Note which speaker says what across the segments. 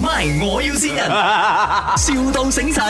Speaker 1: My，我要先人，, 笑到醒神。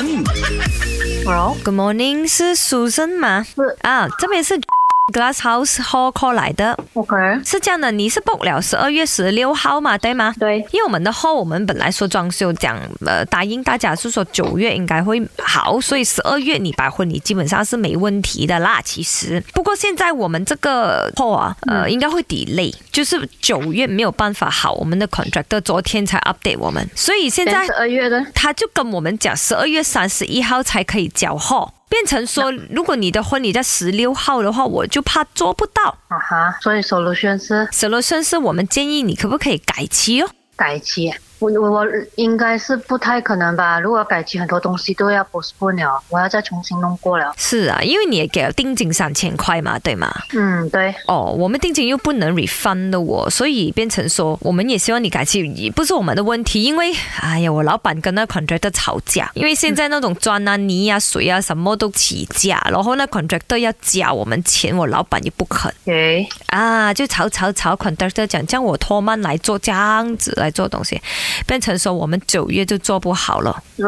Speaker 2: Hello，
Speaker 3: Good morning，是 Susan 吗？
Speaker 2: 是
Speaker 3: 啊，这边是 Glass House Hall call 来的，
Speaker 2: OK，
Speaker 3: 是这样的，你是 book 了十二月十六号嘛，对吗？
Speaker 2: 对，
Speaker 3: 因为我们的 hall 我们本来说装修讲，呃，答应大家是说九月应该会好，所以十二月你摆婚礼基本上是没问题的啦。其实，不过现在我们这个 hall 啊，呃，
Speaker 2: 嗯
Speaker 3: 应该会 delay，就是九月没有办法好，我们的 contractor 昨天才 update 我们，所以现在
Speaker 2: 十二月的
Speaker 3: 他就跟我们讲，十二月三十一号才可以缴号，变成说，如果你的婚礼在十六号的话，我就怕做不到。
Speaker 2: 啊哈，所以 solution 是
Speaker 3: solution 是我们建议你可不可以改期哦？
Speaker 2: 改期。我我我应该是不太可能吧？如果改期，很多东西都要 postpone 了，我要再重新弄过了。
Speaker 3: 是啊，因为你也给了定金三千块嘛，对吗？
Speaker 2: 嗯，对，
Speaker 3: 哦，我们定金又不能 refund 的我，所以变成说，我们也希望你改期，也不是我们的问题，因为哎呀，我老板跟那 contractor 吵架，因为现在那种砖啊、泥啊、水啊什么都起价，然后那 contractor 要加我们钱，我老板也不肯。
Speaker 2: 诶，
Speaker 3: 啊，就吵吵吵 contractor 讲，叫我拖慢来做，这样子来做东西，变成说我们九月就做不好了。
Speaker 2: 嗯、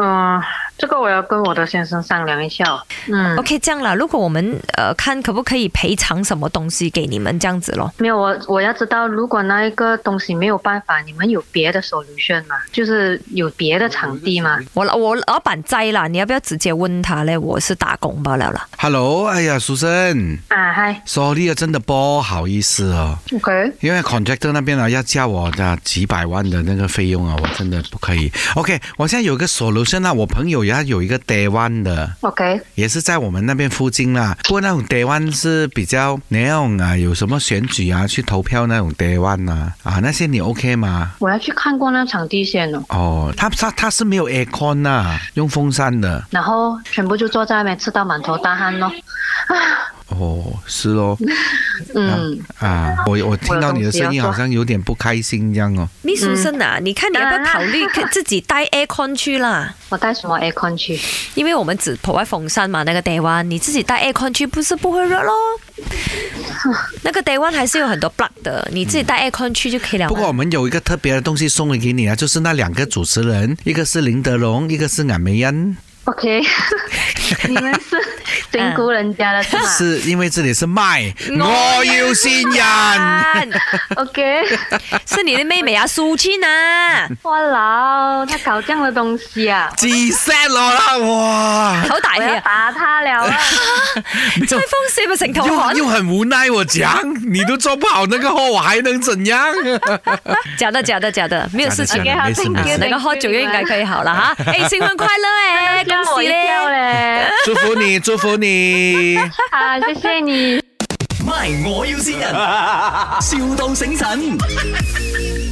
Speaker 2: 这个我要跟我的先生商量一下哦。嗯
Speaker 3: OK，这样啦，如果我们呃看可不可以赔偿什么东西给你们这样子咯。
Speaker 2: 没有，我我要知道，如果那一个东西没有办法，你们有别的 solution 吗？就是有别的场地吗？
Speaker 3: 我老我老板在啦，你要不要直接问他嘞？我是打工罢了啦。
Speaker 4: Hello，哎呀，苏生
Speaker 2: 啊，嗨
Speaker 4: ，sorry 啊，真的不好意思哦，
Speaker 2: ，OK，
Speaker 4: 因为 contractor 那边呢要叫我的几百万的那个费用啊，我真的不可以。OK，我现在有一个 solution 啊，我朋友他有一个 day one 的，
Speaker 2: OK，
Speaker 4: 也是在我们那边附近啦。不过那种 day one 是比较那种啊，有什么选举啊去投票那种 day one 啊，啊那些你 OK 吗？
Speaker 2: 我要去看过那场地先哦。
Speaker 4: 哦，他他他是没有 aircon 啊，用风扇的。
Speaker 2: 然后全部就坐在那边吃到满头大汗咯。
Speaker 4: 哦，是咯，
Speaker 2: 嗯，
Speaker 4: 啊，我我听到你的声音好像有点不开心这样哦。
Speaker 3: 秘书生啊，你看你要不要
Speaker 2: 当然啦
Speaker 3: 考虑自己带 aircon 去啦？
Speaker 2: 我带什么 aircon 去？
Speaker 3: 因为我们只破坏风扇嘛，那个 day one 你自己带 aircon 去，不是不会热咯。那个 day one 还是有很多 bug 的，你自己带 aircon 去就可以了嘛。
Speaker 4: 不过我们有一个特别的东西送了给你啊，就是那两个主持人，一个是林德龙，一个是俺梅恩，
Speaker 2: OK，你们是评估人家的是吗
Speaker 4: 是因为这里是麦，
Speaker 3: 我
Speaker 4: 我要新人。
Speaker 2: ？OK，
Speaker 3: 是你的妹妹啊，苏庆啊，
Speaker 2: 哇老，他搞这样的东西啊！
Speaker 4: 几 set 咯啦，哇！
Speaker 3: 好大
Speaker 2: 我
Speaker 3: 气
Speaker 2: 要
Speaker 3: 啊！
Speaker 2: 打他了 啊！
Speaker 3: 吹风是咪啊成头
Speaker 4: 又
Speaker 3: 汗？
Speaker 4: 又很无奈，我讲你都做不好那个货，我还能怎样？
Speaker 3: 假的假的假的，没有事情嗯
Speaker 4: 假的。
Speaker 2: 好
Speaker 4: 没事没
Speaker 2: ，thank
Speaker 4: 事
Speaker 2: you，
Speaker 3: 那个喝酒月应该可以好了哈，哎，新婚快乐哎，
Speaker 2: 吓
Speaker 3: 恭
Speaker 2: 我一
Speaker 3: 喜
Speaker 2: 跳嘞！
Speaker 3: 嘞！
Speaker 4: 祝福你，祝福你。
Speaker 2: 啊，谢谢你。
Speaker 1: My，我要先人，,笑到醒神。